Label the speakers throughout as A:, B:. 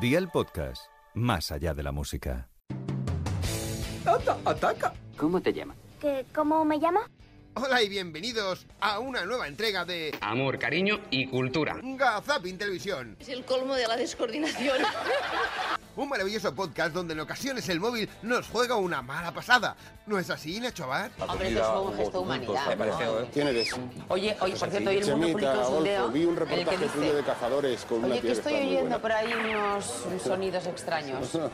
A: Día el podcast, más allá de la música.
B: ¡Ata, ataca!
C: ¿Cómo te llamas?
D: ¿Que, ¿Cómo me llama?
E: Hola y bienvenidos a una nueva entrega de
C: Amor, cariño y cultura.
E: Gazapin Televisión.
F: Es el colmo de la descoordinación.
E: Un maravilloso podcast donde en ocasiones el móvil nos juega una mala pasada. ¿No es así, Nacho Abad?
F: Hombre, eso es un gesto de humanidad. ¿no?
G: ¿Quién eres?
F: Ah. Oye, oye, por cierto, hoy el mundo
G: Pues
F: publicó
G: Chemita,
F: un
G: Adolfo,
F: dedo.
G: vi un
F: en el que
G: reportaje tuyo de
F: dice...
G: cazadores con una
F: Oye, que
G: tía
F: estoy
G: está muy
F: oyendo por
G: buena.
F: ahí unos sonidos extraños. Son,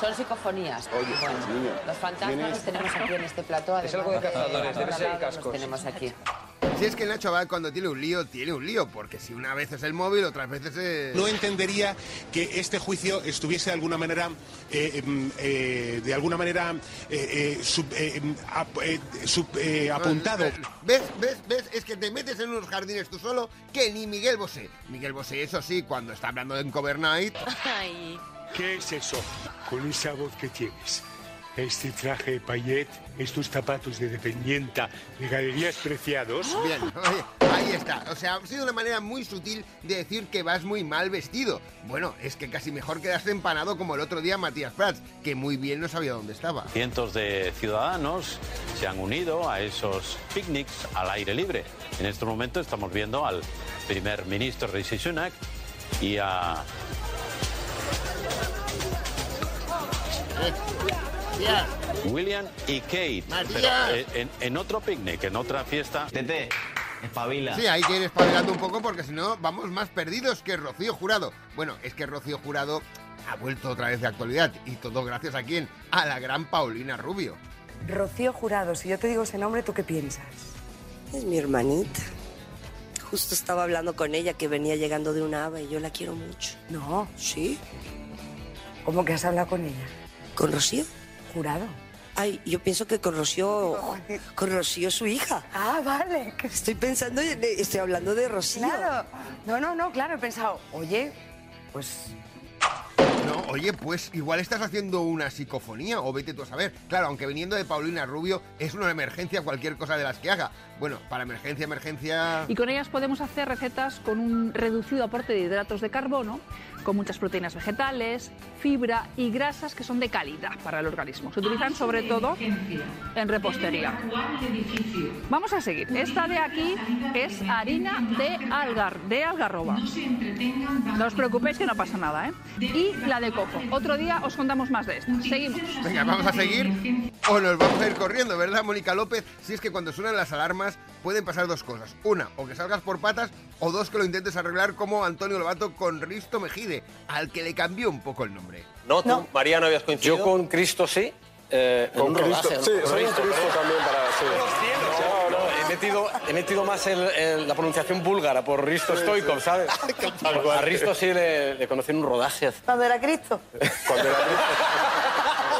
F: son psicofonías.
G: Oye, pues niño,
F: los fantasmas
G: ¿tienes-
F: los tenemos aquí en este plató. Es algo de cazadores, debe ser cascos. Los tenemos aquí.
E: Si es que Nacho Abad cuando tiene un lío, tiene un lío, porque si una vez es el móvil, otras veces es...
H: no entendería que este juicio estuviese de alguna manera eh, em, eh, de alguna manera eh, eh, sub- eh, em, ap- eh, sub- eh, apuntado
E: ¿Ves? ¿Ves? ¿Ves? Es que te metes en unos jardines tú solo que ni Miguel Bosé. Miguel Bosé, eso sí, cuando está hablando en Cover Night...
F: Ay.
I: ¿Qué es eso? Con esa voz que tienes, este traje de payet, estos zapatos de dependienta de galerías preciados.
E: Bien, oye, ahí está. O sea, ha sido una manera muy sutil de decir que vas muy mal vestido. Bueno, es que casi mejor quedaste empanado como el otro día Matías Prats, que muy bien no sabía dónde estaba.
J: Cientos de ciudadanos se han unido a esos picnics al aire libre. En este momento estamos viendo al primer ministro Rishi Sunak y a William y Kate. Pero eh, en, en otro picnic, en otra fiesta.
K: Tete,
J: eh.
K: espabila.
E: Sí, hay que ir espabilando un poco porque si no vamos más perdidos que Rocío Jurado. Bueno, es que Rocío Jurado ha vuelto otra vez de actualidad y todo gracias a quién? A la gran Paulina Rubio.
L: Rocío Jurado, si yo te digo ese nombre, ¿tú qué piensas?
M: Es mi hermanita. Justo estaba hablando con ella que venía llegando de una ave y yo la quiero mucho.
L: No.
M: ¿Sí?
L: ¿Cómo que has hablado con ella?
M: ¿Con Rocío?
L: Jurado.
M: Ay, yo pienso que con Rocío, con Rocío su hija.
L: Ah, vale. que-
M: Estoy pensando, en- eh, estoy hablando de Rocío.
L: Claro. No, no, no, claro, he pensado, oye, pues
E: No, oye, pues igual estás haciendo una psicofonía o vete tú a saber. Claro, aunque viniendo de Paulina Rubio es una emergencia cualquier cosa de las que haga. Bueno, para emergencia, emergencia...
N: Y con ellas podemos hacer recetas con un reducido aporte de hidratos de carbono, con muchas proteínas vegetales, fibra y grasas que son de calidad para el organismo. Se utilizan sobre todo Ah, en repostería. Vamos a seguir. Esta de aquí es harina de algar, de algarroba. No os preocupéis que no pasa nada, ¿eh? Y la de coco. Otro día os contamos más de esta. Seguimos.
E: Venga, vamos a seguir. O nos vamos a ir corriendo, ¿verdad, Mónica López? Si es que cuando suenan las alarmas pueden pasar dos cosas. Una, o que salgas por patas, o dos, que lo intentes arreglar como Antonio Lobato con Risto Mejide, al que le cambió un poco el nombre.
O: No, tú, María, no habías coincidido. Yo con Cristo sí.
G: Con Cristo, sí, soy un Cristo también para...
O: No,
G: sí.
O: no, he metido, he metido más el- el- la pronunciación búlgara por Risto Stoikov, ¿sabes? A Risto sí le, le conocí en un rodaje. hace-
L: ¿Dónde era Cristo?
O: Cuando era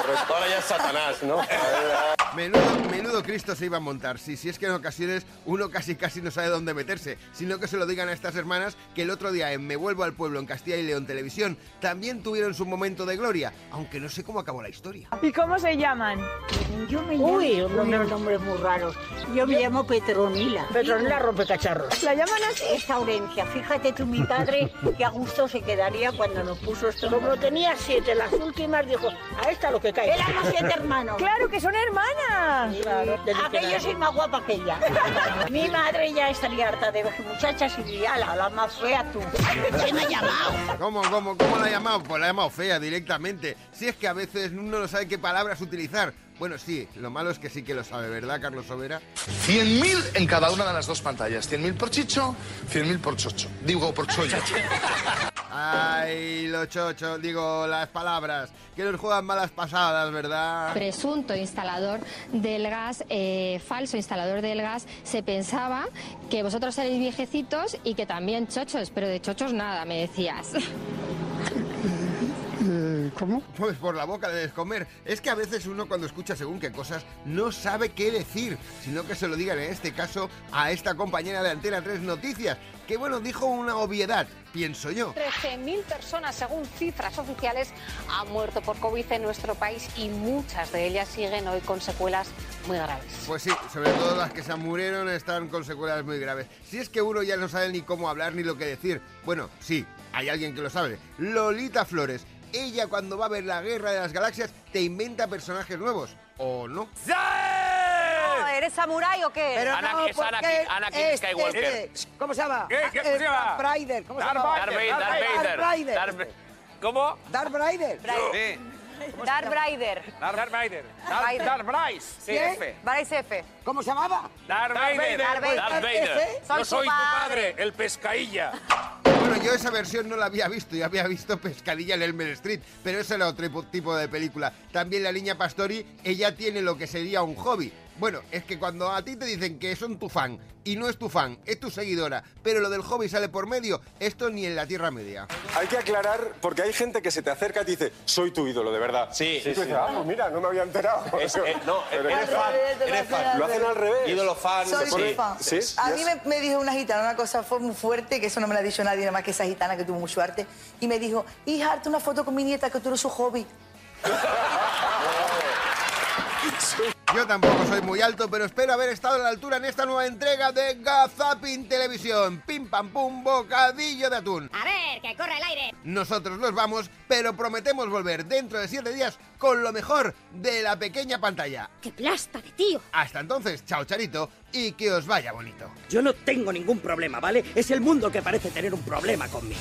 O: Cristo. Ahora ya es Satanás, ¿no?
E: Menudo, menudo Cristo se iba a montar. Sí, si es que en ocasiones uno casi casi no sabe dónde meterse, sino que se lo digan a estas hermanas que el otro día en Me Vuelvo al Pueblo en Castilla y León Televisión también tuvieron su momento de gloria, aunque no sé cómo acabó la historia.
P: ¿Y cómo se llaman?
Q: Yo me llamo... Uy, unos nombres muy raros. Yo me llamo Petronila. Petronila rompecacharros. ¿La llaman así? Es Aurencia. Fíjate tú, mi padre, que a gusto se quedaría cuando nos puso esto. Como tenía siete, las últimas dijo, a esta lo que cae. Éramos siete hermanos.
P: ¡Claro que son hermanas!
Q: Aquella soy más guapa que ella. Mi madre ya estaría harta de ver muchachas y diría, ala, la más fea tú. ¿Quién ha llamado?
E: ¿Cómo, cómo, cómo la ha llamado? Pues la ha llamado fea directamente. Si es que a veces uno no sabe qué palabras utilizar. Bueno, sí, lo malo es que sí que lo sabe, ¿verdad, Carlos Sobera?
R: 100.000 en cada una de las dos pantallas. 100.000 por Chicho, 100.000 por Chocho. Digo, por Chollo.
E: Ay, lo chocho, digo, las palabras, que nos juegan malas pasadas, ¿verdad?
S: presunto instalador del gas, eh, falso instalador del gas, se pensaba que vosotros erais viejecitos y que también chochos, pero de chochos nada, me decías.
E: ¿Cómo? Pues por la boca le debes comer. Es que a veces uno cuando escucha según qué cosas no sabe qué decir, sino que se lo digan en este caso a esta compañera de Antena 3 Noticias, que bueno, dijo una obviedad, pienso yo.
T: 13.000 personas, según cifras oficiales, han muerto por COVID en nuestro país y muchas de ellas siguen hoy con secuelas muy graves.
E: Pues sí, sobre todo las que se murieron están con secuelas muy graves. Si es que uno ya no sabe ni cómo hablar ni lo que decir. Bueno, sí, hay alguien que lo sabe. Lolita Flores. Ella cuando va a ver la guerra de las galaxias te inventa personajes nuevos. ¿O no?
M: No, ¿Eres samurái o qué?
J: Pero Ana- no, es
M: pues,
J: porque Anakin- Anakin este- Skywalker. este-
M: ¿Cómo se llama?
J: ¿Qué? ¿Qué- cómo se llama?
M: ah, Darth Vader. ¿Cómo se
J: Darth
M: llama?
J: Vader, Darth Vader,
M: Darth Vader.
J: Darth Va- ¿Cómo?
M: Darth Vader.
J: Sí.
M: Darth Vader.
J: Darth, Vader.
M: Darth
J: Darth,
M: Vader.
J: Darth Bryce. Sí,
M: ¿Qué?
J: F.
M: Bryce F. ¿Cómo se llamaba?
J: Darth Vader.
M: Darth Vader.
J: Darth Vader.
M: Ese.
J: Yo soy tu padre, el pescailla.
E: Bueno, yo esa versión no la había visto, yo había visto Pescadilla en Elmer Street, pero ese era otro tipo- tipo de película. También la niña Pastori, ella tiene lo que sería un hobby. Bueno, es que cuando a ti te dicen que son tu fan, y no es tu fan, es tu seguidora, pero lo del hobby sale por medio, esto ni en la Tierra Media.
I: Hay que aclarar, porque hay gente que se te acerca y te dice, soy tu ídolo, de verdad.
U: Sí,
I: Y
U: sí,
I: tú dices,
U: sí.
I: "Ah, pues mira, no me había enterado.
U: Es- eh, no,
I: Pero
U: eres
I: no.
U: fan,
I: eres fan. Lo hacen al revés.
U: Ídolo fan.
I: Soy
U: sí.
I: tu fan.
U: Sí.
N: A mí me, me dijo una gitana, una cosa fue muy fuerte, que eso no me la ha dicho nadie, nada más que esa gitana que tuvo mucho arte. Y me dijo, hija, hazte una foto con mi nieta, que tú eres su hobby.
E: Yo tampoco soy muy alto, pero espero haber estado a la altura en esta nueva entrega de Gazapin Televisión. Pim pam pum, bocadillo de atún.
V: A ver, que corre el aire.
E: Nosotros nos vamos, pero prometemos volver dentro de siete días con lo mejor de la pequeña pantalla.
V: ¡Qué plasta de tío!
E: Hasta entonces, chao Charito y que os vaya bonito.
W: Yo no tengo ningún problema, ¿vale? Es el mundo que parece tener un problema conmigo.